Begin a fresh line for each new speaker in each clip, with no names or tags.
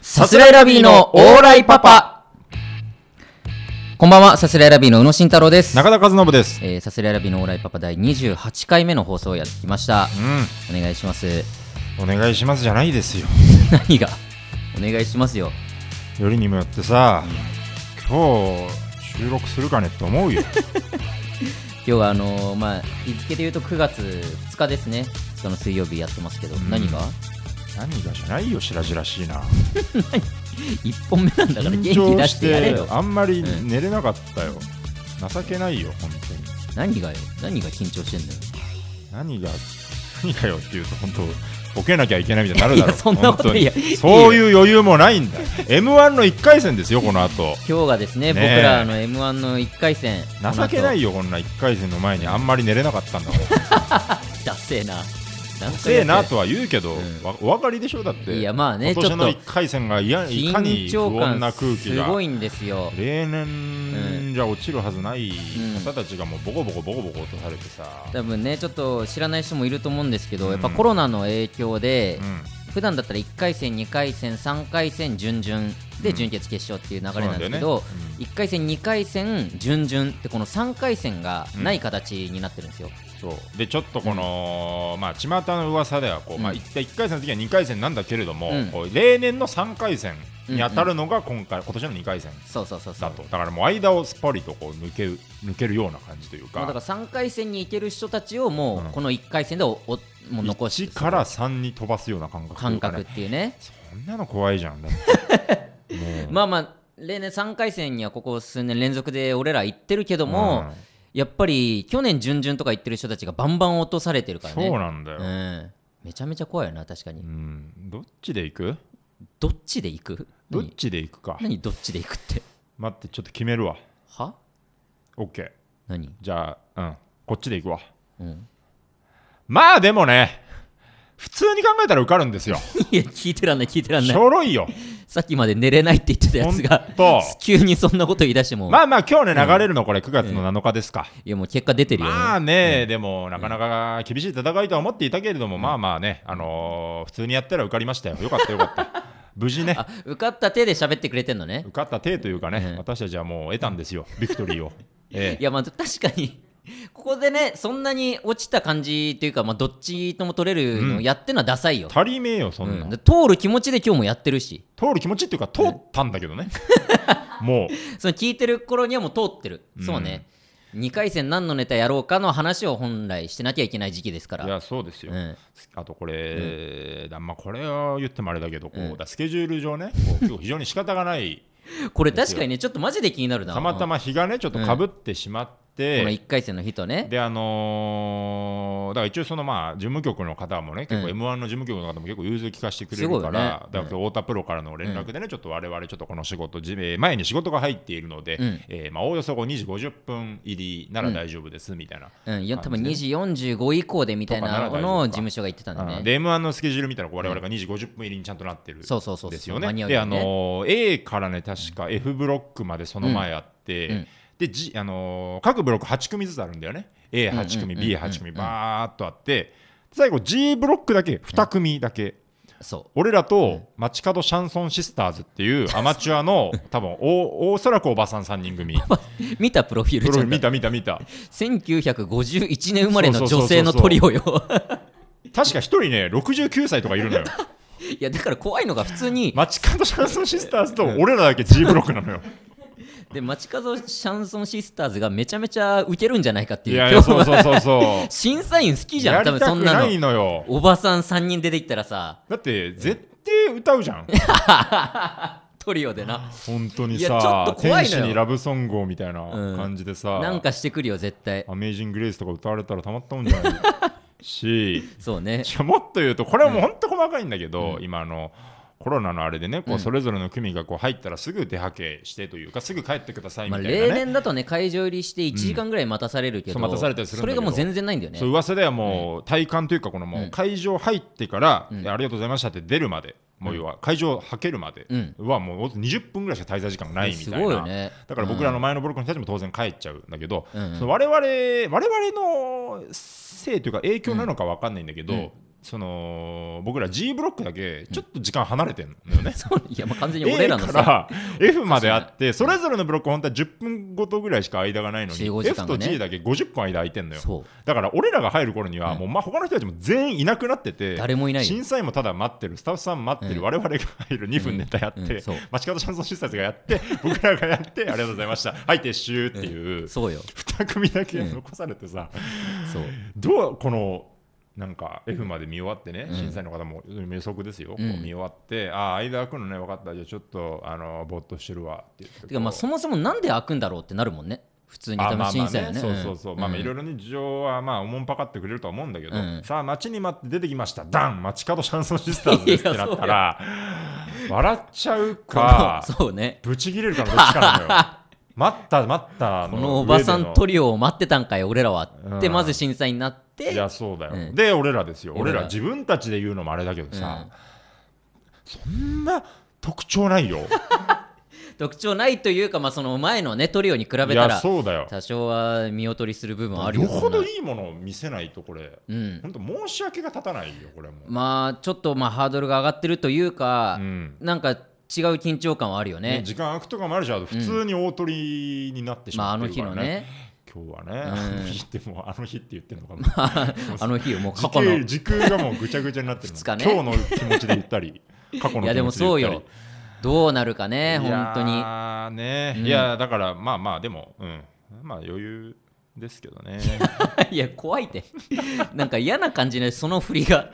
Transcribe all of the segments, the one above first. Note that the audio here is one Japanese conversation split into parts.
さすらいラビーのオーライパパこんばんは、さすらいラビーの宇野慎太郎です。
中田和信です。
えー、さすらいラビーのオーライパパ第28回目の放送をやってきました。
う
お願いします。
ん、お願いしますじゃないですよ。
何がお願いしますよ。
よりにもよってさ、今日収録するかねって思うよ。
今日はあのーまあ、日付で言うと9月2日ですね。その水曜日やってますけど、
うん
何が
何がじゃないよ、白々しいな。
一本目なんだから元
緊
気
張
出し
して
やれ
て
よ、。
あんまり
うん
寝れなかったよ。情けないよ、本当に。
何がよ何が緊張してんだよ。
何が、何がよっていうと、本当、ボケなきゃいけないみたいになるだ
い
ろ
やそんなこと
本当に
いやいいよ
そういう余裕もな いんだ。M1 の1回戦ですよ、この後。
今日がですね、
ねえ
僕らの M1 の1回戦。
情けない
よ。
よ、こんな1回戦の前にあんまり寝れなかったんだから。
ダッセーな。ダ
うせえなとは言うけど、
うん
わお分かりでしょだって
いやまあね
今年
ちょ
の
っ
1
と
回戦がいやいかに
緊
不
張
穏
感
な空気
すご
が
いんですよ。
例年じゃ落ちるはずない方たちがもうボコボコボコボコ落とされてさ、
多分ねちょっと知らない人もいると思うんですけど、
うん
やっぱコロナの影響で、
うん
普段だったら1回戦2回戦3回戦準々で準決決勝っていう流れなんですけど、
そうなんだよねうん
1回戦2回戦準々ってこの3回戦がない形になってるんですよ、
そうでちょっとこの、まあ巷の噂ではこう、まあ、
うん
一回1回戦の時は2回戦なんだけれども、
うん
こう例年の3回戦に当たるのが今回、今年の2回戦
そうそうそうそ
だ
う
とだからもう間をすっぱりとこう抜ける抜けるような感じという
もうだから3回戦に行ける人たちをも
う
うんこの1回戦でおおもう残し
1から3に飛ばすような感覚とい
感
うかね
覚っていうね
そんなの怖いじゃんだって もう
まあまあ例年3回戦にはここ数年連続で俺ら行ってるけども、
うん
やっぱり去年準々とか言ってる人たちがバンバン落とされてるからね
そうなんだよ、
うんめちゃめちゃ怖いよな確かに、
うんどっちで行く
どっちで行く
どっ
何
ちで行くか
何どっちで行くって
待ってちょっと決めるわ
は
OK
何
じゃあうんこっちで行くわ
うん
まあでもね普通に考えたら受かるん ですよ
いや聞いてらんない聞いてらん
し
ない
ょろいよ
さっきまで寝れないって言ってたやつが
ほんと
急にそんなこと言い出しても、
まあまあ今日ね流れるのこれ9月の7日ですか、
いやもう結果出てるよ、ね
まあね、でもなかなか厳しい戦いとは思っていたけれども、まあまあね、あのー普通にやったら受かりましたよ、よかったよか った、無事ね、
あ受かった手で喋ってくれてんのね
受かった手というかね、
うん
私たちはもう得たんですよ、ビクトリーを。え
いやま あ確かにここでねそんなに落ちた感じというか、まあ、どっちとも取れるのやってのはダサいよ、
足りねえよ、そんな、
うんで通る気持ちで今日もやってるし
通る気持ちっていうか、通ったんだけどね、も
その聞いてる頃にはもう通ってる、
うん
そうね2回戦何のネタやろうかの話を本来してなきゃいけない時期ですか
う、い
ら
や、そうですよ。
うん
あとこれ、だまあ、これは言ってもあれだけど、こう
うん
だからスケジュール上ね、こう今日非常に仕方がない、
これ確かにねちょっとマジで気になるな
たまた
ま
ま日がね、ちょっとかぶってしまって、
この1回戦の日とね
であのーだから一応そのまあ事務局の方もね結構
うん
m 1の事務局の方も結構融通聞かせてくれ
すごい
る
よ
か
ね
ら、
うん
だから太田プロからの連絡でね、ちょっと我々ちょっとこの仕事じえー前に仕事が入っているので、
うん
えーまあおおよそこう2時50分入りなら大丈夫ですみたいな、
うん、よ多分
感
2
じ
時45以降でみたい
とかな
な
ら大丈夫
の
か
の事務所が言ってたんで
あー
ね
で m 1のスケジュールみたいなのが我々が2時50分入りにちゃんとなってる、
そうそうそうそう
ですよ
間に合
ね
う
で
よ
あ
ね
のー A からね確か F ブロックまでその前あって、
うんうん
で、G あのー各ブロック8組ずつあるんだよね A8 組、
うんうんうんうん
B8 組バーっとあって最後 G ブロックだけ2組だけ、
そ
俺らと街角シャンソンシスターズっていうアマチュアの 多分おおそらくおばさん3人組プ
う見たプロフィール
ロフ
ちゃ
ィール
ん
見
と
た見た見た
1951年生まれの
そうそう
女
そうそう
性のトリオよ
確か1人ね69歳とかい るのよ
いやだから怖いのが普通に
街角シャンソンシスターズと俺らだけ G ブロックなのよ
で街角シャンソンシスターズがめちゃめちゃウケるんじゃないかって
い
いう
やいやそう
今
そう
日
そ うそう
審査員好きじゃん
や
多
り
分
た
そ
く
んな
な
の
いのよ
おばさん3人出てきたらさ
だって絶対歌うじゃん
トリオでな
本当に
いやちょっと
さ
怖いの
天
よ
使にラブソングをみたいな
うん
感じでさ、
なんかしてくるよ絶対
アメージング・グレイスとか歌われたらたまったもんじゃない し
そうね
いやもっと言うとこれはもう本当細かいんだけど、今あのコロナのあれでねこ
うん
うそれぞれの組がこう入ったらすぐ手はけしてというかすぐ帰ってくださいみ
ま
た
あ、
いな
例
ね、
年だとね会場入りして1時間ぐらい待たされるけど、
そう待たされたりするん
そ
だ
れ
け
が
ど
もう全然ないんだよね
そう噂ではもう体感というかこのも
うん
う会場入ってから、
うん
いやありがとうございましたって出るまで、もう要は会場はけるまで
うん
はもう20分ぐらいしか滞在時間がないみたい
す
な、
ごいよね
だから僕らの前のブロックの人たちも当然帰っちゃうんだけど、
うんうん
その我々我々のせいというか影響なのか分かんないんだけど、
うん
その僕ら G ブロックだけちょっと時間離れてるのよね。
そういやまあ完全に
A
俺らの
か
さ
ら F まであってそれぞれのブロック本当は10分ごとぐらいしか間がないのに
集合時間
F
が
と
ね
G だけ50分間空いてんのよ
そう
だから俺らが入る頃には
うん
もうまあ他の人たちも全員いなくなってて
誰もいないよ
審査員もただ待ってるスタッフさん待って
う
る
ん
我々が入る2分ネタやっ
うんうん
て
そう
町方シャンソン審査がやって僕らがやってありがとうございましたはい撤収っていう
そうよ
2組だけ残されてさ
そう
どうこのなんか F まで見終わってね、
うん
審査員の方も予測ですよ、こう
うん
見終わって、ああ、間開くのね、分かった、じゃあちょっと、あのぼーっとしてるわって言って。
てかまあそもそもなんで開くんだろうってなるもんね普通に
あ
多
ま
分
あ
審
まあ
査や
ね、
ね
そうそうそう、まあまあいろい
ろ
ろね事情はまあおもんぱかってくれるとは思うんだけど、
うん
さあ待ちに待って出てきましたダン街角シャンソンシスターズですってなっ たら笑っちゃうか
そうね
ブチ切れるかのどっちかなのよ待った待った
このおばさんト
り
リオを待ってたんかい俺らはって
うん
まず審査員になっ
い
て
やそうだよ、
うん
で俺らですよ
俺
俺
ら
ら自分たちで言うのもあれだけど
う
さ、
ん
そんな特徴ないよ
特徴ないというか、まあ、その前のねトリオに比べ
い
た
や
ら
そうだよ
多少は見劣りする部分はある
よ
よ
ほど
い、
いいものを見せないとこれ
うん、
本当申し訳が立たないよこれはもう、
まあちょっとまあハードルが上がってるというか、
うん
なんか違う緊張感はあるよ
ね
ね
時間空くとかもあるじゃん普通に大鳥になってし
まあ
ま
あ
っ
の
てるか
日の
ら、ね
ね
今日はね、
うん
あの日ってもうあの日って言ってるのかな
あの日をも う過
時
去の
系時空がもうぐちゃぐちゃになってる
二日ね
今日の気持ちで言った り過去の
い
気持ちで言ったり
やでもそうよどうなるかね
いや
本当に
ーね、
うん
いやだからまあまあでも、うん、まあ余裕ですけど ね
いや怖いって なんか嫌な感じねその振りが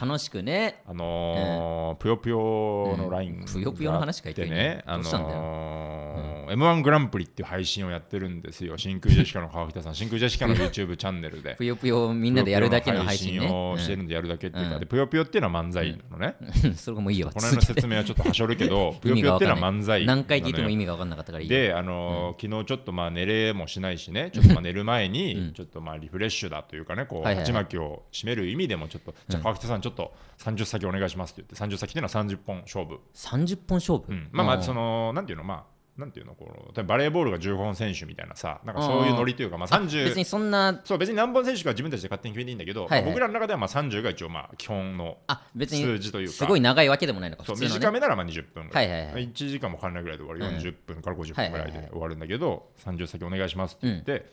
楽しくね
あのーぷよぷよのラインがあって、
ぷよぷよの話か言ってんの
ねあ
ど
の
うしたんだよ
ー M1 グランプリっていう配信をやってるんですよ真空ジェシカの川北さん真空ジェシ カの YouTube チャンネルで
ぷよぷよをみんなでやるだけの配信
ぷよぷよ
ね
の配信をしてるんでやるだけっていうか、
うん
でぷよぷよっていうのは漫才なのね、
うんそれがもういいよ
この辺の
続けて
説明はちょっとはしょるけどぷ
意
よぷ
味
よ
が
って
分
い
か
うの
ん
は
ない
漫才なの
何
よ
回聞いても意味が分かんなかったからいいよ
で、あのー昨日ちょっとまあ寝れもしないしね、ちょっとまあ寝る前
う
に
ん、
ちょっとまあリフレッシュだというかね、こう、
はいはいはい
鉢巻きを締める意味でも、ちょっと、じゃあ川北さん、ちょっと30先お願いしますって言って、30先っていうのは30本勝負。
30本勝負、
うんまあま
う
あ、
ん
その、なんていうの、まあ、なんていうの、こう例えばバレーボールが15本選手みたいなさ、なんかそういうノリというか、まあ
別に
30、
そんな
そう、別に何本選手か自分たちで勝手に決めていいんだけど、
はいはい
まあ僕らの中ではまあ30が一応、まあ、基本の
あ別
数
に
字というか。
すごい長いわけでもないのか
そ
普通
う
の、ね、
短めならまあ20分ぐらい、
はいはいはい
1時間もかかんないぐらいで終わる、
うん
40分から50分ぐら
はいいはいは
で
い
終わるんだけど、30先お願いしますって言って、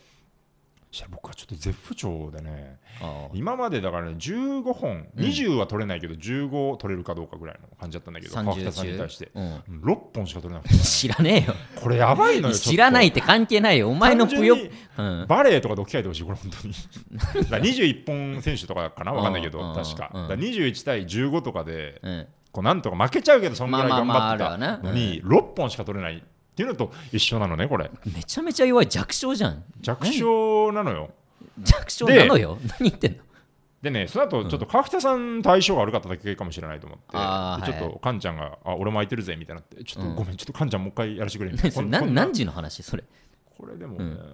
そしたら僕はちょっと絶不調でね
ああ
今までだからね15本、
うん
20は取れないけど15取れるかどうかぐらいの感じだったんだけど川北さんに対して、
うん
6本しか取れなくて
知らねえよ
これやばいのよちょっと
知らないって関係ないよお前のぷよ
単純に
うん
バレーとかで置き換えてほしい、これ本当に。だから21本選手とかかな、わかんないけど
うんうん、うん
確か。だ
うん
から21対15とかで、
うん
こうなんとか負けちゃうけどそんぐらい頑張って
まあまあまああ
た
るわ
の
な
に6本しか取れないっていうのと一緒なのねこれ
めちゃめちゃ弱い弱小じゃん
弱小なのよ
弱小なのよ何言ってんの
でねその後ちょっと川北さんと相性が悪かっただけかもしれないと思
あ
っ
ー
てで
はい
ちょっとカンちゃんが「あ俺も空いてるぜ」みたいになって「ちょっと
うん
ごめんちょっとカンちゃんもう一回やらせてくれ」みたい
何
なこ
そ れ何
んこんな
何時の話それ
これで
う
も
ん
う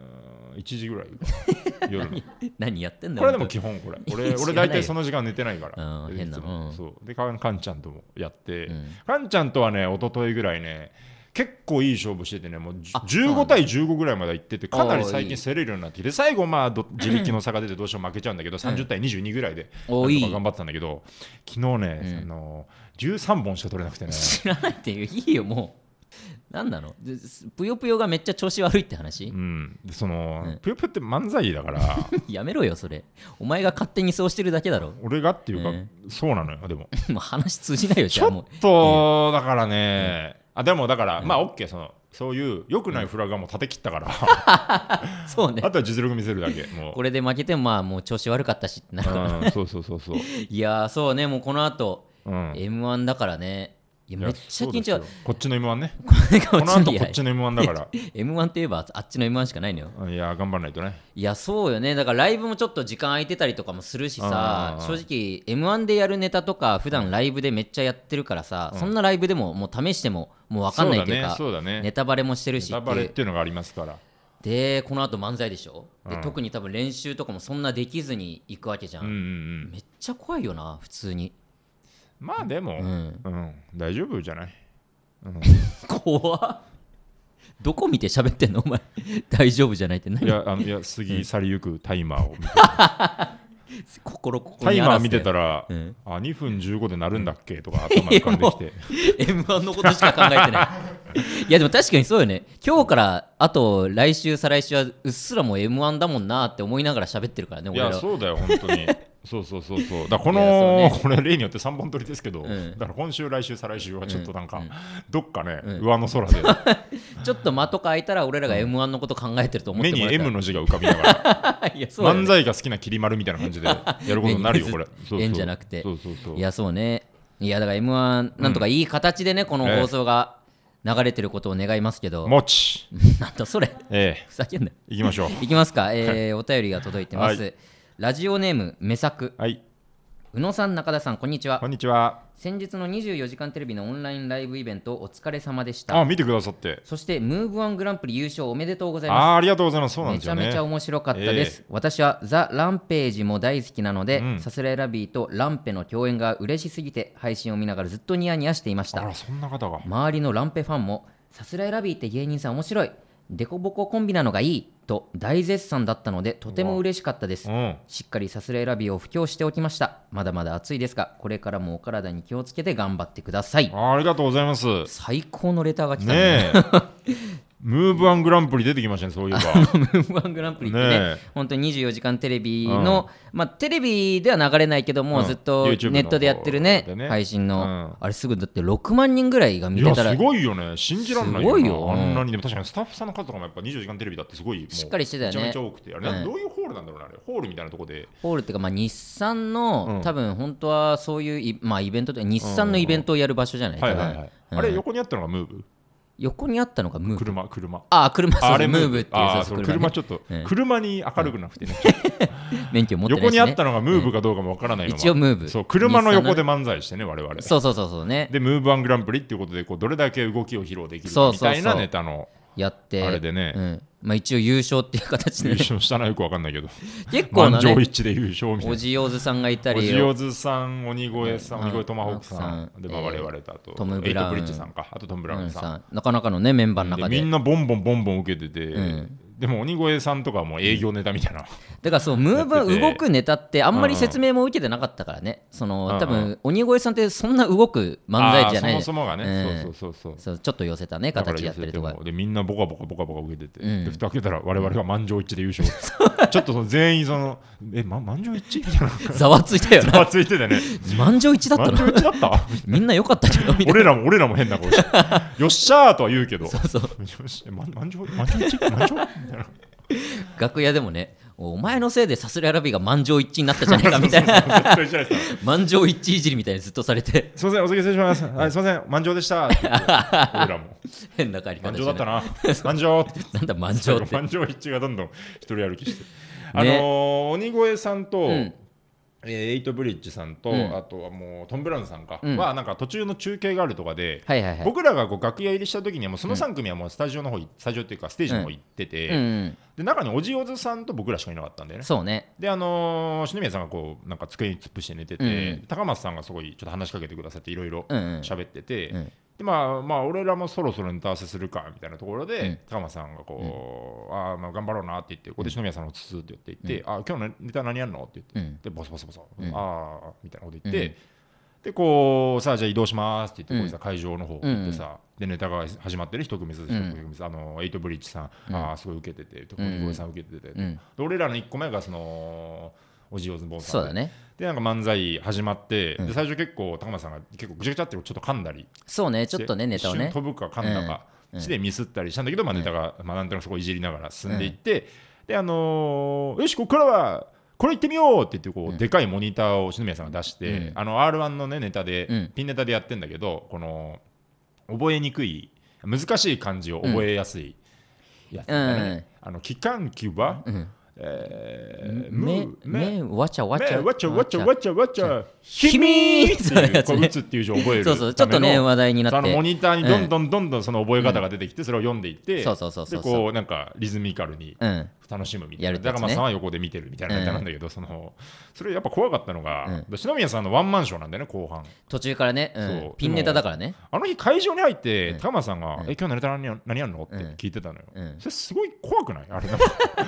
ーん1時ぐらいか夜の
何やってんだ
これでも
本
基 本こ
知ら
れ
ない
俺
よ
俺大体その時間寝てないか
う
ら
ん
で
変ない
つも
うん
そうでカンカンちゃんともやって
当にうん
カンちゃんとはね、一昨日ぐらいね、結構いい勝負しててね、もうじゅ
あそうな
15
んだ
対15ぐらいまで行ってて、かなり
おー
最
いい
近競れるようになってきて、最後、まあど、自力の差が出てどうしても負けちゃうんだけど、30対22ぐらいで、
お
なん
い
とか
い
頑張ってたんだけど、昨日ね、
うん
あの13本しか取れなく てね、
知らないっていういいよもう何なのでぷよぷよがめっちゃ調子悪いって話
うん、でその、
うん
ぷよぷよって漫才だから、
やめろよそれお前が勝手にそうしてるだけだろ
俺がっていうか、
うん
そうなのよ、でも。
もう話通じないよじ
ち
ゃあ
ょ
もう
っと、だからね、あでもだから、まあ、OK、その。そういう良くないフラグはもう立て切ったから、
そうね
あとは実力見せるだけ、もう。
これで負けてもまあもう調子悪かったしってなる
うんそうそうそうそう。
いやーそうねもうこの後
うん
m 1だからねいや
いや
めっちゃ
そうで
緊
すよ
張
こっちの M1 ね。
こ
この後こっちの M1 だか
m 1といえばあっちの m 1しかないのよ
ら。い や、頑張らないとね。
いやそうよねだからライブもちょっと時間空いてたりとかもするしさ
うんうん
正
うん
直 m 1でやるネタとか普段ライブでめっちゃやってるからさ、そんなライブでももう試してももう分かんないというか
そうだね。そうだね。
ネ
ネ
タバレもしてるし
タ
って
バレ
い
っ
う
ていうのがありますから。
でこの後漫才でしょ、で
うん
特に多分練習とかもそんなできずに行くわけじゃ
うんうん
ん、
うん。
めっちゃ怖いよな普通に
まあでも、
う
うんん、大丈夫じ ゃない。
怖っどこ見て喋ってんのお前大丈夫じゃないって
い
何
や、あのいや過ぎ去りゆくタイマーを見て。
心ここ
タ
に
イ
あ
マー
らせ
見てたら、
うん
あ2分15でなるんだっけとか頭に浮かんできて
M1 のことしか考えてない いやでも確かにそうよね今日からあと来週再来週はうっすらもう M1 だもんなって思いながら喋ってるからね
い
俺
や
ら
そうだよ本当 にそうそうそうそうだからこの
いやそうね
これ例によって3本取りですけど、
ん
だから今週来週再来週はちょっとなんか、
うんうん
どっかね、
うん
上の 空で
ちょっと間とか空いたら俺らが M1 のこと考えてると思っ
目
ても
に
らえたら
M の字が浮かびながら、
いやそうだよね
漫才が好きなきり丸みたいな感じでやること になるよこれそうそう
円じゃなくて
そうそうそう
いやそうねいやだから m 1なんとかいい形でね、この放送が流れてることを願いますけど、
もち
なんだそれ
え
ふざけんな
え行きまし ょう
いきますか、えーお便りが届いてます、
は
ラジオネームめさく
はい
宇野さん中田さんこんにちは
こんにちは
先日の24時間テレビのオンラインライブイベントお疲れ様でし
あ
た
見てくださって
そしてムーブワングランプリ優勝おめでとうございます
あーありがとうございますそうなん
め
です
ち
よ
ゃ
ね
めちゃ面白かったです、私はザ・ランページも大好きなので、
うん
さすらいラビーとランペの共演が嬉しすぎて配信を見ながらずっとニヤニヤしていまし
あ
た
らそんな方が
周りのランペファンもさすらいラビーって芸人さん面白いデコボココンビなのがいいと大絶賛だったのでとても嬉しかったです
うん
しっかりさすらいラビーを布教しておきましたまだまだ暑いですがこれからもお体に気をつけて頑張ってください
あありがとうございます
最高のレターが来たね
ねえ ムーブワングランプリ出てきましたねそういえば
ムーブワングランプリってね
ねえ
本当に24時間テレビの、まあ、テレビでは流れないけども、
うん
ずっと
YouTube の
ネットでやってるね
方でね
配信の、
うん
あれすぐだって6万人ぐらいが見
い
て
や
たら
すごいよね信じらんない
すごいよ
あんなにでも確かにスタッフさんの数とかもやっぱ24時間テレビだってすごいもう
しっかりしてたよね
めちゃめちゃ多くてあれ、
うん
どういうホールなんだろうなあれホールみたいなとこで
ホールっていうか、まあ、日産の、
うん
多分本当はそういうイ,、まあ、イベントって日産のイベントをやる場所じゃない,多
は
分、
いはいはい、
うん
あれ横にあったのがムーブ
横にあったのがムーブ
車車
ああ車そう
あ
そ
れ
うムーブっていう
あー
そそ
そう
うう
車
ね
ちょっと、
うん
車に明るくなくてね、
免許持ってないし、ね、
横にあったのがムーブかどうかもわからないのが
一応ムーブ
そう車の横で漫才してね我々
そうそうそうそうね
でムーブワングランプリっていうことでこうどれだけ動きを披露できる
そ
か
うそう
み
そう
たいなネタの
やって
あれでね
うんまあ、一応優勝っていう形で
優
ね、
勝したのはよくわかんないけど
結構
満
な
場
ね
一致で優勝みたい
お
な
じおずさんがいたり
おじおずさん、鬼越さん、
うん
鬼越トマホークさ
うん
ん、で、まあ、
えー
我々とあと、
トムブラウン
エイトブリッジさんか、あとトム・ブラウン
さ
さ
んなかなかのねメンバーの
ん。
中
で
で
みんなボンボンボンボン受けてて、
ん
でも鬼越さんとかはもう営業ネタみたいな、
だからそうムーブ
やってて
動くネタってあんまり説明も受けてなかったからねそ
うんう
の
ん
多分鬼越さんってそんな動く漫才じゃない
あーそもそもがね、
うん
そうそうそうそう。
そうちょっと寄せたね
だから
形やったりとか
寄せてもでみんなボカボカボカボカ受けてて、
うん
で蓋開けたら我々が満場一致で優勝、 ちょっとその全員そのえ、ま、満場一致みたいな
ざわついたよ
ざわ
な
ついて てね
満場一致だった
満場
の
一致だった
みんな良かったけどみたい
俺らも俺らも変な顔し てよっしゃーとは言うけど
なそう
よしえま満場満場一致満場みたいな
楽屋でもねお前のせいでさすらいラビが満場一致になったじゃないかみたいな
そう一緒です
満場一致いじりみたいにずっとされて
すみません、お酒失礼します。はい、すみません、満場でした。って言って俺らも。
変な帰り方
満
し
場
て
だ
ね
ったな。満場って
なんだ満場って
満場一致がどんどん一人歩きして。あのー、鬼越さんと、
ん
えーエイトブリッジさんと、
うん
あとはもうトム・ブラウンさんか、
うん
はなんか途中の中継があるとかで、
はいはいはい
僕らがこう楽屋入りした時にはもうその3組はもうスタジオの方い、スタジオっていうかステージの方行ってて、
うんうん
で中におじおずさんと僕らしかいなかったんだよね
そうね
であのー、篠宮さんがこうなんか机に突っ伏して寝てて、
うん
高松さんがすごいちょっと話しかけてくださっていろいろ
うんうん
喋ってて、
うん
でまあまあ俺らもそろそろネタ合わせするかみたいなところで、
うん
高松さんがこう、あーまあ頑張ろうなって言ってここで篠宮さんのつつって言って言って、あー今日のネタ何やるのって言って、
うん
でボソボソボソ、
ん
ああみたいなこと言って、でこうさあじゃあ移動しますって言って、こうさ会場の方行ってさ、でネタが始まってる一組ずつ一組ずつ、あのエイトブリッジさん、ああすごい受けてて
ん
鬼越さん受けてて、
うん
で俺らの1個目がそのおじおずぼうさんで
そうだね
でなんか漫才始まって、で最初結構高松さんが結構ぐちゃぐちゃってちょっと噛んだり
そうねちょっとねネ
して
タをね
一瞬飛ぶか噛んだか、してミスったりしたんだけど、まあ、ネタが、まあ、なんとなくそこいじりながら進んでいって、であのーよしここからはこれ行ってみようって言ってこう、でかいモニターを篠宮さんが出して、
うん
あの R1 のねネタで、
うん
ピンネタでやってんだけどこの覚えにくい難しい漢字を覚えやすいやつだね、あの期間期は、えー
目、目、わちゃわちゃ。
わちゃわちゃわちゃわちゃ
ひみー
っ て
そういう
い
や
う
つね
こう打つっていう字を覚える
そうそうちょっとね
ための
話題になって
あのモニターにどんどんどんどんその覚え方が出てきてそれを読んでいって
そうそうそうそう
でこうなんかリズミカルに
うん。
楽しむみた
や
い
る
な
やつね
だからまあさんは横で見てるみたいなネタなんだけどそのそれやっぱ怖かったのが篠宮さんのワンマンショーなんだよね後半
途中からね、うん
そう
ピンネタだからね。
あの日会場に入って高松さんが「え今日のネタ何や何やんの?」って聞いてたのよ
うん
それすごい怖くないあれな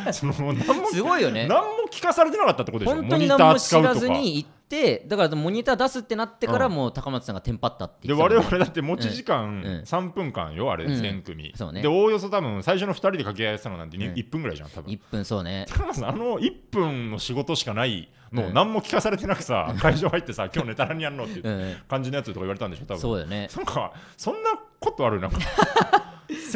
んかそのなんかも
すごいよね
何も聞かされてなかったってことでしょ
本当に
モニ
何
ター
も知
使う
ら
と
ず
か
に行ってだからモニター出すってなってから
うん
もう高松さんがテンパったって
で
言って
我
たもんね
々だって持ち時間
うん
3分間よあれ
うん
全組
そうね
でおおよそ多分最初の2人で掛け合いしたのなんて
うん
1分ぐらいじゃん多分
1分そうね
高 野さんあの1分の仕事しかないの
う
を
ん
何も聞かされてなくさ会場入ってさ今日ネタ何やんのって
う
いうん感じのやつとか言われたんでしょ多分
そうよね
なんかそんなことあるな んか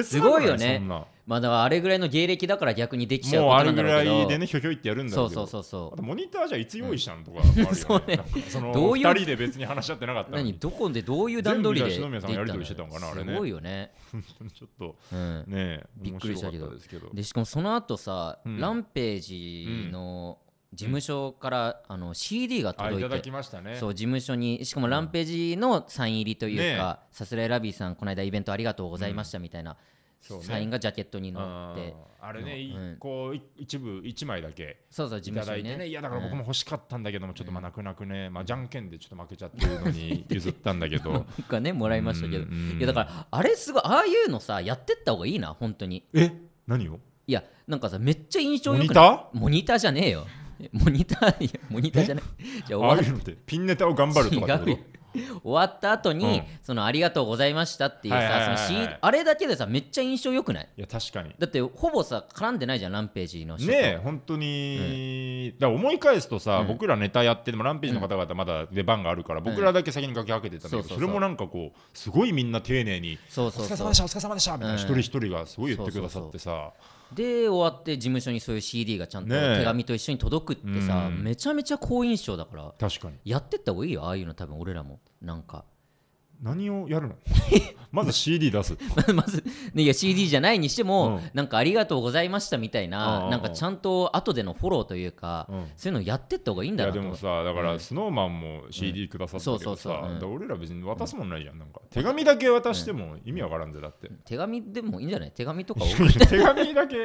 す
ごいよね
そんな
まあだからあれぐらいの芸歴だから逆にできちゃう
もう
こ
あ
となんだ
れぐ
ろ
ら
うけど
いでねひょひょいってやるんだ
そ
ろう
う
け
そ
ど
うそうそ
あ
う
とモニターじゃいつ用意したんとかあるよ
そうね
ねなんかその
どういう
2人で別に話し合ってなかったの
何
に
どこでどういう段取りで
全部じゃあ篠宮さんがやり取りしてたのかなあれね
すごいよね、
ちょっと
うん、
ねえ
びっくりしたけど
面白かったです
でしかもその後さ、
うん
ランページの事務所から、あの CD が
あい
届
た
い
だ
て
きましたね
そう事務所にしかもランページのサイン入りというか、さすらいラビーさんこの間イベントありがとうございましたみたいな、
そうね
サインがジャケットに載
あ
って
ーあれねい
うん
こうい一部一枚だけ
そうそう
い
事務
ただ
所に
いてね
ね
いやだから僕も欲しかったんだけどもちょっとまあ泣く泣くねまあじゃんけんでちょっと負けちゃってる のに譲ったんだけど
僕はねもらいましたけど、
うんうん
いやだからあれすごいああいうのさやってった方がいいな本当に
え何を
いやなんかさめっちゃ印象よくな
モ
い
ニタ
モニターじゃねえよ モニターいやモニターじゃないじゃあ
ああ
終わ
いうのってピンネタを頑張るとかって
違う
こ
よ終わった後に、
うん
そのありがとうございましたっていう
はいはいはい
さ
は
そ
い
の C- あれだけでさめっちゃ印象良くない
といや確かに
だってほぼさ絡んでないじゃんランページの人と
ねえ本当に、だから思い返すとさ、
うん
僕らネタやってでもランページの方々まだ出番があるから、僕らだけ先に掛け分けてたんだけど、
そうそうそう
それもなんかこうすごいみんな丁寧に
そう
お
そう
疲れ
そ
様
う
でしたお疲れ様でしたみたいな、
うん
一人一人がすごい言ってくださってさ
で終わって事務所にそういう CD がちゃんと
ねえ
手紙と一緒に届くってさ、
うん
めちゃめちゃ好印象だから
確かに
やってった方がいいよああいうの多分俺らもなんか
何をやるのまず CD 出す
まず、ね、いや CD じゃないにしても、
うん
なんかありがとうございましたみたいな、
うん
なんかちゃんと後でのフォローというか、
うん
そういうのやってった方がいいん
い
だ
や
な
で
と
も
思う
さだからスノーマンも CD くださったけ
そうそ
どさ
う
だ
そううん
から俺ら別に渡すもんないじゃんなんか手紙だけ渡しても意味わからんぜだって
手紙でもいいんじゃない手紙と か
手紙だけ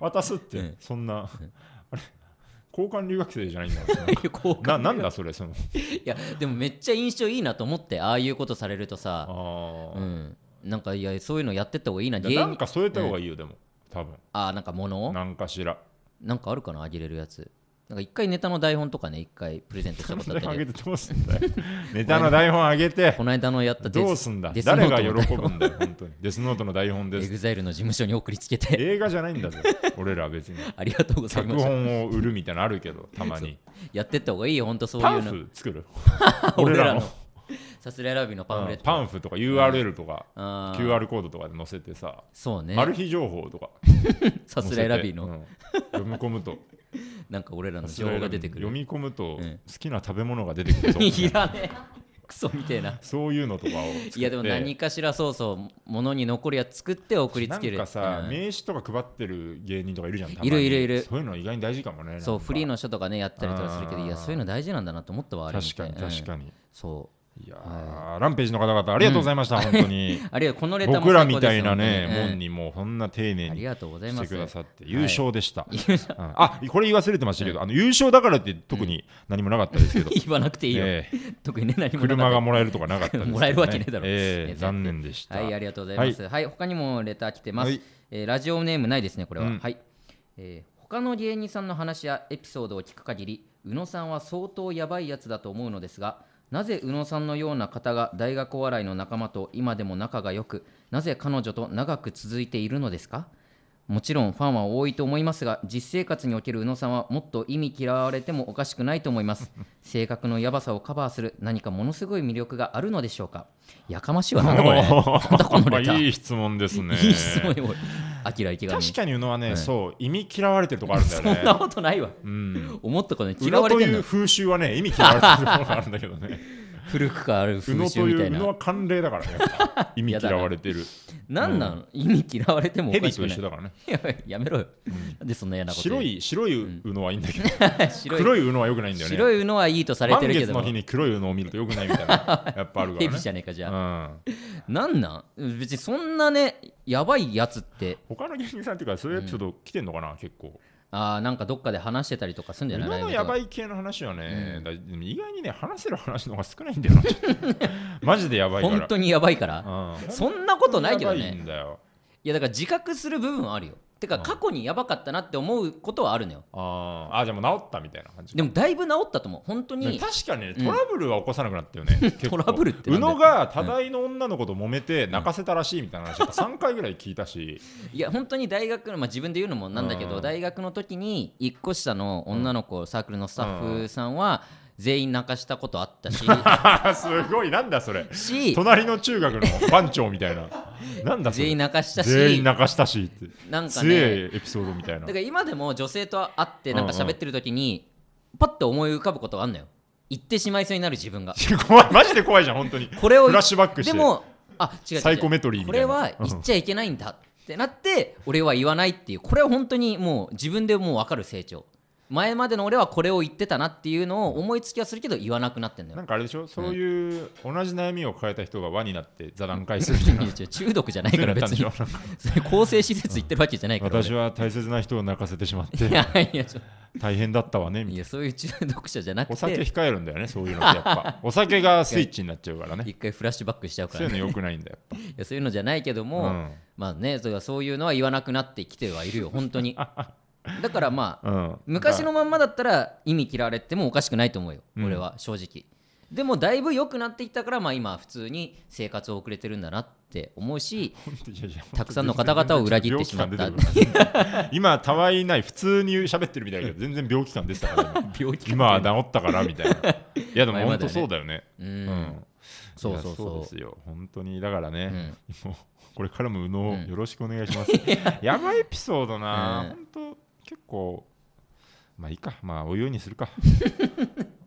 渡すっ
う
て
ん
そんなあれ交換留学生じゃないんだから
交換
ななんだそれその
いやでもめっちゃ印象いいなと思ってああいうことされるとさ、
あ
う
ー
ん、なんかいやそういうのやってった方がいいな芸
だなん
人
か添えた方がいいよでも多分
あーなんか物を
なんかしら
なんかあるかなあげれるやつなんか一回ネタの台本とかね一回プレゼントしたことあった
あ
け
げ
ど
てどうすんだよネタの台本あげて
この間のやったデス
どうすんだ
デスノー
誰
ト
が
の
喜ぶんだよ本当にデスノートの台本で
エ
す
グザイルの事務所に送りつけ て
映画じゃないん だぞ俺ら別に
ありがとうござい
脚
ました
本を売るみたいなのあるけどたまに
やってった方がいいよほんとそう
パ
い
ン
うの
フ作る
俺
俺
ら
ら
の
の
さすらいラビーのパンフレット、
パンフとか URL とか
あー
QR コードとかで載せてさ
そうね
マル秘情報とか
さすらいラビーの、
載せてうん読み込むと
なんか俺らの情報が出てくる
読み込むと
ん
好きな食べ物が出てくる と
いらねえクソみたいな
そういうのとかを作って
いやでも何かしらそうそうものに残りは作って送りつける
なんかさ、
うん
名刺とか配ってる芸人とかいるじゃんたまに
いるいるいる
そういうの意外に大事かもね
そうフリー
の
の人とかねやったりとかするけど
あー
いやそういうの大事なんだなと思ったわあれ見
確
て
かに確
うん
かに、
そ
いやーランページの方々ありがとうございました、本当に
うあるいはこのレターも
僕らみたい
最
な
高
ね
ですよ
もんにもうそんな丁寧
うんあり
に
がとうござい
し
ま
て
す
くださって
い
優勝 でした、うんあこれ言い忘れてましたけど、あの優勝だからって特に何もなかったですけど、
言わなくて いいよ、
ええ
特にね何もなかった
車がもらえるとかなかったですけど ね
もらえるわけねえだろ
ええ
ね
残念でした、
はいありがとうございますはい、他にもレター来てます、
はい
えーラジオネームないですねこれは、
うん
はい、えー他の芸人さんの話やエピソードを聞く限り宇野さんは相当やばいやつだと思うのですがなぜ宇野さんのような方が大学お笑いの仲間と今でも仲が良くなぜ彼女と長く続いているのですかもちろんファンは多いと思いますが実生活における宇野さんはもっと意味嫌われてもおかしくないと思います 性格のやばさをカバーする何かものすごい魅力があるのでしょうかやかましいわ なんだこれなんだこのレター
いい質問ですね
いい質問よおいアキラ池上
確かに宇野はね、そう意味嫌われてるとこあるんだよね
そんなことないわ
うん
思ったことない
宇
嫌われ
野と
てん
い
の
う風習はね意味嫌われてるところがあるんだけどね
古くからある
宇
風
野
習
と
み
い
た
う
い
宇
な
野は慣例だか らねやっぱ意味嫌われてる
何なの意味嫌われてもおか
蛇
し
と
くな
一緒
い
だからね
ややめろよなんでそんな嫌なこと言う
白い白い宇野はいいんだけど
白い
黒い宇野は良くないんだよね
白いのはいいとされてるけど
満
も
月の日に黒いのを見るとよくないみたいなやっぱあるか
ヘ
ら
ビ
ね
じゃねえかじ
う
ゃあ
ん、
何なん別にそんなねやばいやつって
他の芸人さんっていうかそういうエピソード来てんのかな、結構
あーなんかどっかで話してたりとかするんじゃ
宇
ないラ
野
イブ
の
とか
やばい系の話はね、だでも意外にね話せる話の方が少ないんだよな ちょっとマジでやばいから
本当にやばいから
うん
そんなことないけど
本当にやばい
ね
んだよ
いやだから自覚する部分はあるよてか
うん
過去にやばかったなって思うことはあるのよ
あーあじゃあもう治ったみたいな感じ
でもだいぶ治ったと思う本当
ね
に
確かにね
うん
トラブルは起こさなくなった よね結構
トラブルってな
宇
んだよ
野が多大の女の子と揉めて泣かせたらしいみたいな話やっぱ3回ぐらい聞いたし
いや本当に大学の、まあ、自分で言うのもなんだけど、
うん
大学の時に1個下の女の子、サークルのスタッフさんは全員泣かしたことあった し
すごいなんだそれ
し
隣の中学の番長みた いななんだそれ
全員泣かしたし
全員泣かしたしって
なんか
強い
ね
エピソードみたいな
だから今でも女性と会ってなんか喋ってる時に、パッと思い浮かぶことがあるのよ言ってしまいそうになる自分が
怖いマジで怖いじゃん本当に
これを
フラッシュバックして
でもあ違う違う違う
サイコメトリーみ
こ
たい
れ
な
は言っちゃいけないんだってなって俺は言わないっていうこれは本当にもう自分でもう分かる成長前までの俺はこれを言ってたなっていうのを思いつきはするけど言わなくなってんだ
な
よ
んかあれでしょそういう同じ悩みを抱えた人が輪になって座談会するみたいな
いや中毒じゃないから別
そう
に
なったんでし
それ更生施設行ってるわけじゃないから俺
私は大切な人を泣かせてしまっ
い
て
やいやちょ
大変だったわねみたい
い
な
やそういう中毒者じゃなく
お酒
て
控えるんだよねそういうのってやっぱお酒がスイッチになっちゃうからね
一回フラッシュバックしちゃうか
そうい
ら
うの
ね
よくないんだよやっ
いやそういうのじゃないけど
ぱ
も、まあねそれはそういうのは言わなくなってきてはいるよ本当 にだからまあ
うんうん
昔
だ
のまんまだったら意味嫌われてもおかしくないと思うよ、
うん
俺は正直でもだいぶ良くなってきたからまあ今普通に生活を送れてるんだなって思う し
からいやいや
たくさんの方々を裏切ってしまった
病気感出てるから今たわいない普通に喋ってるみたいだけど全然病気感出てたから今
病 気
今は治ったからみたいないやでも
前ま
本
で
当
はね
そうだよね
うん、
うん
そうそう
いや
そう
ですよ本当にだから
う
ね
ん
もうこれからも宇野を
うん
よろしくお願いしますやばいエピソードな
うん
本当結構まあいいかまあお湯にす るか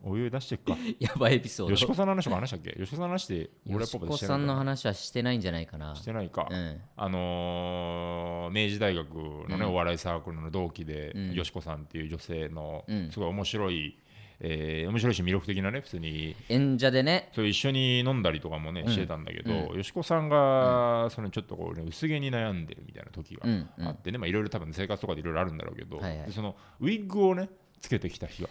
お湯出していくか
やばいエピソー
吉
ド
子さんの話とか話したっけ吉子さんの話で俺っぽ
吉
く
子
して
さ
ない
んの
か
話はしてないんじゃないかな
してないか、
うん
あのー明治大学のね、
うん
お笑いサークルの同期で、
うん
吉子さんっていう女性の
うん
すごい面白い、えー面白いし魅力的なね普通に
演者でね
そう一緒に飲んだりとかもね、
うん
してたんだけど、吉子さんが、そのちょっとこう、ね、薄毛に悩んでるみたいな時が
うんうん
あってね、まあいろいろ多分生活とかでいろいろあるんだろうけど、
はいはい
でそのウィッグをねつけてきた日が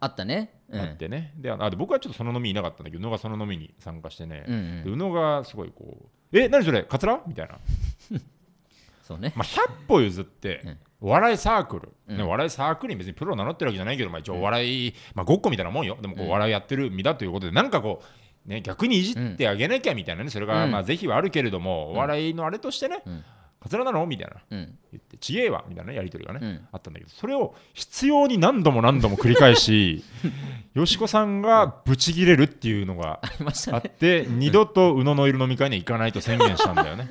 あったねうん
あってね、であのあで僕はちょっとその飲みいなかったんだけど宇野がその飲みに参加してね、
うんう
で
ん
宇野がすごいこう「え何それカツラ?」みたいな、
そうね
まあ、100歩譲って、
うん
お笑いサークル、
うん
ねお笑いサークルに別にプロを名乗ってるわけじゃないけど、まあ、一応お笑い、まあ、ごっこみたいなもんよでもこうお笑いやってる身だということでなんかこう、ね、逆にいじってあげなきゃみたいなねそれが
うん
まあ是非はあるけれども、お笑いのあれとしてね、
うん
カツラなのみたいな
うん
言って「ちげえわ」みたいなやり取りがね、
うん
あったんだけどそれを必要に何度も何度も繰り返し 吉子さんがブチギレるっていうのが
ありました
あっ
ね
て二度と宇野のいる飲み会には行かないと宣言したんだよね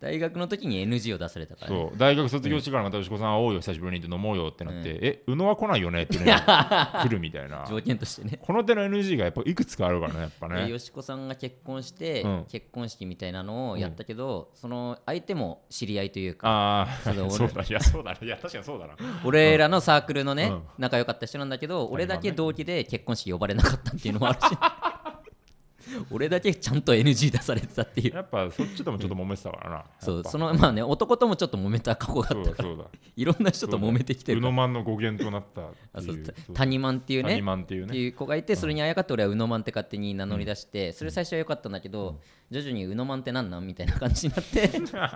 大学の時に NG を出されたからね
そう大学卒業してからまた吉子さん会おうよ久しぶりにって飲もうよってなって、
う
え宇野は来ないよねってね 来るみたいな
条件としてね
この手の NG がやっぱいくつかあるからねやっぱ
で
ね
よしこさんが結婚して、
うん
結婚式みたいなのをやったけど、その相手も知り合いというか
ああ
それ俺
そうだいやそうだねいや確かにそうだな
俺らのサークルのね、
うん
仲良かった人なんだけど、
ん
俺だけ同期で結婚式呼ばれなかったっていうのもある し俺だけちゃんと NG 出されてたっていう
やっぱそっちともちょっと揉めてたからな
そうそ
の
のまあね男ともちょっと揉めた過去が
そ
あっ
う
た
だ
から
そうだ
いろんな人と揉めてきてる
宇
か
野
ら
マンの語源となった
あ
って
そ
いうう
た谷マンっていうね
谷マンっていう
って
ね
いう子がいてそれにあやかって俺は宇野マンって勝手に名乗り出して、それ最初は良かったんだけど、徐々に宇野マンってなんなんみたいな感じになって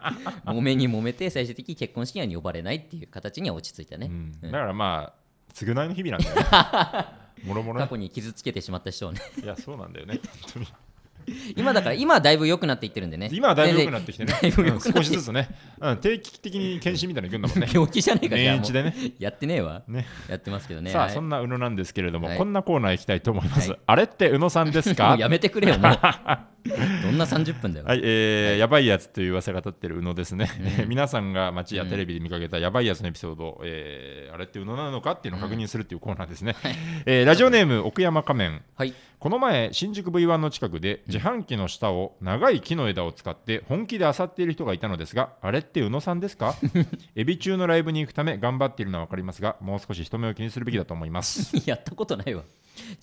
揉めに揉めて最終的に結婚式には呼ばれないっていう形には落ち着いたね、
うん
う
だ
ん
からまあ償いの日々なんだよね もろもろ
過
ね
去に傷つけてしまった 人をね
いやそうなんだよね本当に
今だから今はだいぶ良くなっていってるんでね
今はだいぶ良くなってきてね
全然だいぶ
う
良
ん
くな
少
っ
してずつねうん定期的に検診みたいなの行くんだもんね
病気じゃねえかじゃあ
年
も
一
う
でね
やってねえわ
ね
やってますけどね
さ
は
あ
い
そんな宇野なんですけれども
はい
こんなコーナー行きたいと思います
はい
あれって宇野さんです
も
か
う やめてくれよ もうどんな30分だよ、
はい、えーやばいやつという噂が立ってる宇野ですね。 皆さんが街やテレビで見かけたやばいやつのエピソード、えーあれって宇野なのかっていうのを確認するっていうコーナーですね。えーラジオネーム、奥山仮面。
はい
この前、新宿 V1 の近くで自販機の下を長い木の枝を使って本気で漁っている人がいたのですが、あれって宇野さんで すかエビ中のライブに行くため頑張っているのは分かりますが、もう少し人目を気にするべきだと思います。
やったことないわ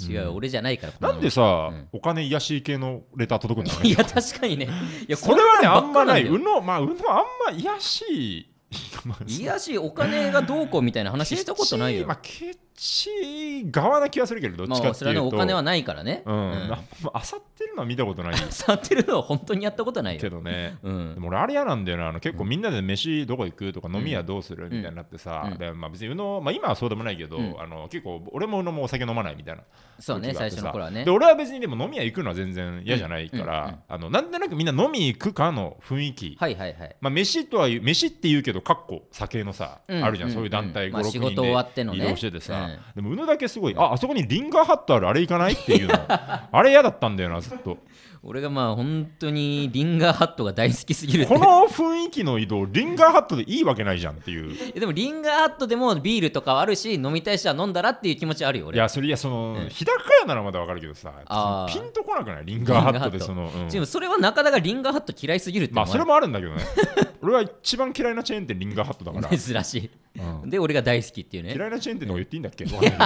違う、俺じゃないから
なんで
こ
さ、
うん
お金癒し系のレター届くんだろう
の
ね
いや確かにねいや
それはね、あ
こ
ん
なば
ま
っか
な
だ
い。
よ
うの、まあ、うの、あんま癒やしい。
いやしお金がどうこうみたいな話したことない
ケチ
よ
まあ、ケち側な気はするけど、どっ
ま
ちか
あ、
っ
そ
てい
れ
う
はね
と、
お金はないからね。
うん、
うん
なあさってるのは見たことない
触ってるのは本当にやったことない
け
よ。
どね。
うん
でも俺あれ嫌なんだよなあの結構みんなで飯どこ行くとか飲み屋どうする
ん
みたいになってさ、
うん
でまあ、別に宇野、まあ、今はそうでもないけど、
うん
あの結構俺も宇野もお酒飲まないみたいな、
そうね、
時が
最
あって
初
さ
の頃はね
で。俺は別にでも飲み屋行くのは全然嫌じゃないか
う
ら、
んうんうん
あのなんとなくみんな飲み行くかの雰囲気、
はいはいはい。
まあ、飯とは言う飯って言うけどかっこ酒のさ、
うん
あるじゃん、
うん
そういう団体
うんま
56、
あ
人
仕事終わってのね
で移動しててさ、でも宇野だけすごいああそこにリンガーハットあるあれ行かないっていうの あれ嫌だったんだよなずっと
俺がまあ本当にリンガーハットが大好きすぎるって
こ。の雰囲気の移動リンガーハットでいいわけないじゃんっていう。
えでもリンガーハットでもビールとかはあるし、飲みたい人は飲んだらっていう気持ちあるよ、
い
俺。
や、それいや、その、
うん
日高屋ならまだわかるけどさ
あ、ー
ピンとこなくないリンガーハットで、
リンガーハット
その、うん
でもそれはなかなかリンガーハット嫌いすぎるっての
まあ、それ
も
もあるんだけどね。 俺は一番嫌いなチェーン店、リンガーハットだ から。
珍しい。
う ん
で、俺が大好きっていうね。
嫌いなチェーン店の方言っていいんだっけわかんないけど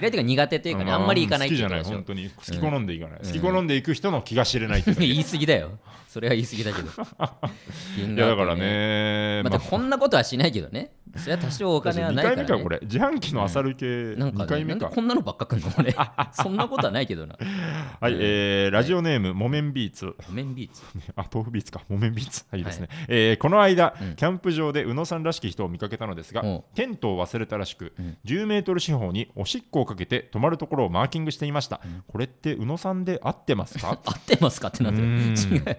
嫌い っていうか苦手というかね、
う
あんまり行かないっ
好
て
き
い
じ
う
ゃ
こ
な
と
い、
でしょ
本当に。好き好んでいかない。
うん
好き好んでいく人の気が知れないっ ていうだけ
言い過ぎだよ。それは言い過ぎだけど。リン
い
ガ
や、
ーハット
だからね、
またこんなことはしないけどね。それは多少お金はないか
2
ら、
回
ね。
目か、これ。自販機のあさる系、
なんか,、
2
ね、
回
な
目
んか
か。
こんなのばっかくんの 俺。そんなことはないけどな。
はい、えーラジオネーム、木綿ビーツ。
木綿ビーチ。
あ、豆腐ビーツか、木綿ビーツ。はい、いいですね。えーこの間、
うん
キャンプ場で宇野さんらしき人を見かけたのですが
おう、
テントを忘れたらしく、
うん
10メートル四方におしっこをかけて止まるところをマーキングしていました。これって宇野さんで合ってま すか
合ってますかってなって
う
る。
ーん
違う。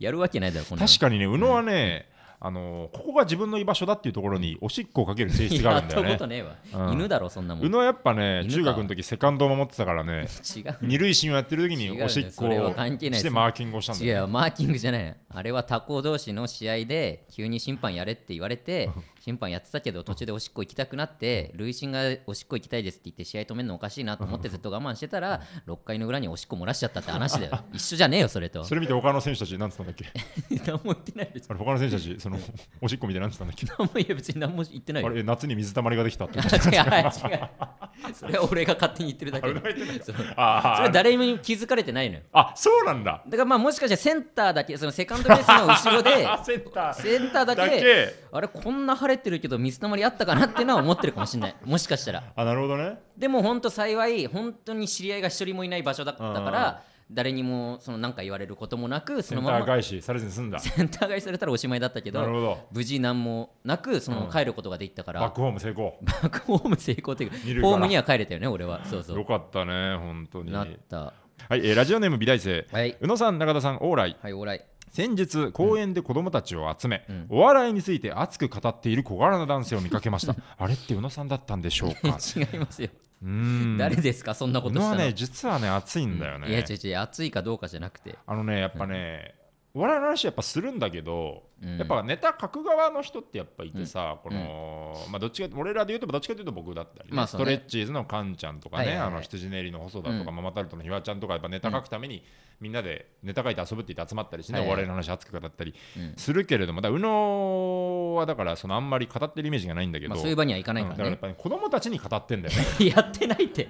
やるわけないだろ、こんなの
確かにね、宇野はね、あのーここが自分の居場所だっていうところにおしっこをかける性質があ
や
るん
った
だよ
こ
ね
と。ねえわ、
うん
犬だろ、そんなもん。
宇野はやっぱね、
犬か
中学の時セカンドを守ってたからね、
違う。
二塁審をやってる時
違う
に
ね
おしっこ
それは
を
関係ないです
してマーキングをしたんだ
違う
よね。
よマーキングじゃないのあれは他校同士の試合で急に審判やれって言われて審判やってたけど途中でおしっこ行きたくなって累進がおしっこ行きたいですって言って試合止めるのおかしいなと思ってずっと我慢してたら6回の裏におしっこ漏らしちゃったって話だ よ一緒じゃねえよそれと
それ見て他の選手たち、なんつったんだっけ
何も言ってないよ
あれ他の選手たち、そのおしっこみたいなんつったんだっけ
何も言え別に何も言ってない
あ
よ
れ夏に水たまりができたって
違う違うそれは俺が勝手に言ってるだけでそうそれ
あ
は誰にも気づかれてないのよ
あそうなんだ
だからまあもしかしたらセンターだけそのセカンドベースの後ろ で
センター
センターだけ
だけ
あれこんな晴れてるけど水たまりあったかなってのは思ってるかもしれないもしかしたら
あなるほどね
でも本当幸い本当に知り合いが一人もいない場所だったから誰にもその何か言われることもなくそ
セ
の
ンタ
ま
ー
ま
返しされずに済んだ
センター買いされたらおしまいだったけど
なるほど
無事何もなくそのまま帰ることができたから、
バックホーム成功
バックホーム成功というか
二塁から
ホームには帰れたよね俺はそうそ
よ
う
かったね本当に
なっ
は
た
い、えーラジオネーム美大生、
はい
宇野さん中田さん往来
はいおらい
先日公園で子供たちを集め、
ん
お笑いについて熱く語っている小柄な男性を見かけましたあれって宇野さんだったんでしょうか
違 いますよ、
うーん
誰ですかそんなこ
宇
と
野
した
は
の
ね実はね熱いんだよね、
いや違う違う暑いかどうかじゃなくて
あのね、やっぱね、お笑いの話やっぱするんだけど、
うん
やっぱネタ書く側の人ってやっぱいてさ、この、まあどっちか、俺らで言うと、どっちかというと僕だったりね、
まあ
ス
そうね
トレッチーズのカンちゃんとかね、
はいはいはい
あの羊ねりの細田とか、
う
ママタルトのひわちゃんとか、やっぱネタ書くために、みんなでネタ書いて遊ぶって言って集まったりしてね、
はいはい
お笑いの話熱く語ったり
うん
するけれども、だから宇野はだから、そのあんまり語ってるイメージがないんだけど、
まあそういう場には行かない
うん
か
だから
ね
らやっぱり子供たちに語ってんだよ ね。
やってないって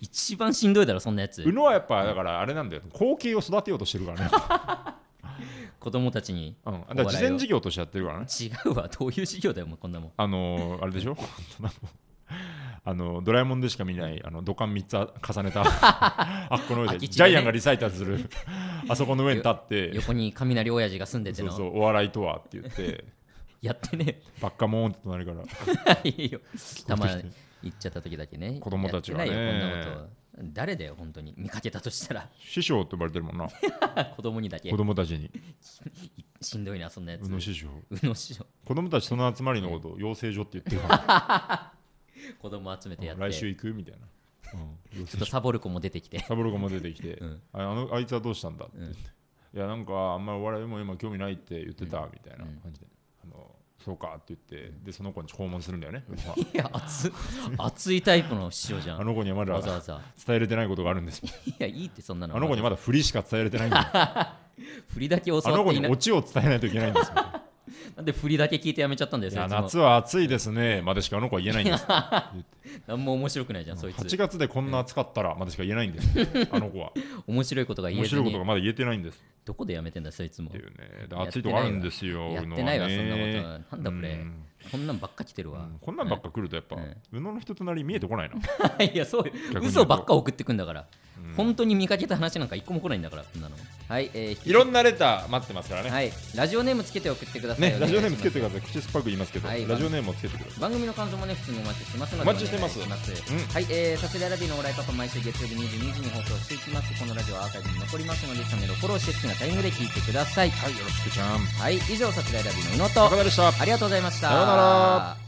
一番しんどいだろそんなやつ
宇野はやっぱだからあれなんだよ、後継を育てようとしてるか らね。
子供たちに
うん、だから事前事業としてやってるからね。
違うわどういう授業だよもうこんなもん
あのーあれ でしょ本当なのあのドラえもんでしか見ないあの土管3つ 重ねたあこの上で、
空き地
ジ
が
ャ
ね
イアンがリサイタルする あそこの上に立って
横に雷親父が住んでて
そう
の
そうお笑いとはって言って
やってね
ばっかもんってなるから
えいいよたまに行っちゃった時だけね
子供たちはね
やってないよこんなこと誰だよ本当に見かけたとしたら
師匠って呼ばれてるもんな
子供にだけ
子供たちに
しんどいなそんなやつ
宇野師匠
うの師匠
子供たちその集まりのことを養成所って言ってるか
子供集めてや
ら
って
来週
ち
行くみたいな、うん、養
ょ
成
っと
所
サボる子も出て きて
サブロコも出てきて、
ん
ああのあいつはどうしたんだって言って、いやなんかあんまりお笑いも今興味ないって言ってたみたいな感じで、あのそうかって言ってでその子に訪問するんだよね
いや 熱熱いタイプの師匠じゃ
あ
ん
の子にはま
わざわ
だ
ざ
伝えれてないことがあるんです
いやいいってそんなの
あの子にまだ振りしか伝えれてないんだよ
振りだけ教わって
あ
いな
の子にオチを伝えないといけないんですよ
なんで振りだけ聞いてやめちゃったんだよ、
い
そい
や
つも
夏は暑いですねまでしかあの子は言えないんです
何も面白くないじゃん、そい
8
つ。
月でこんな暑かったらまでしか言えないんですあの子は
面白いことが言え
面
ず
白いこと
に
がまだ言えてないんです
どこでやめてんだそいつも
っていうね。で暑いとこあるんですよ。
やってないわ
うのはね
そんなことなんだこれ
うん
こんなんばっか来てるわ
うんこんなんばっか来るとやっぱ、
うん
宇野の人となり見えてこないな。
いやそうよ
言うと
嘘ばっか送ってくんだから、
うん
本当に見かけた話なんか一個も来ないんだからこんなのはいえー引き
いろんなレター待ってますからね。
はいラジオネームつけて送ってください
ね、ラジオネームつけてく
く
ださい。口酸っぱく言いますけど、
はい
ラジオネームをつけてください。
番組の感想もね普通にお待ちしてますので
お待ちしてます
お願いし
うん
はいえーサスレアラビーのオーライパパ毎週月曜日22時に放送していきますこのラジオはアーカイブに残りますのでチャンネルをフォローして好きなタイミングで聞いてください
はい、よろしくちゃん。
はい以上サスレアラビーの宇野と
高田でした。
ありがとうございました
さようなら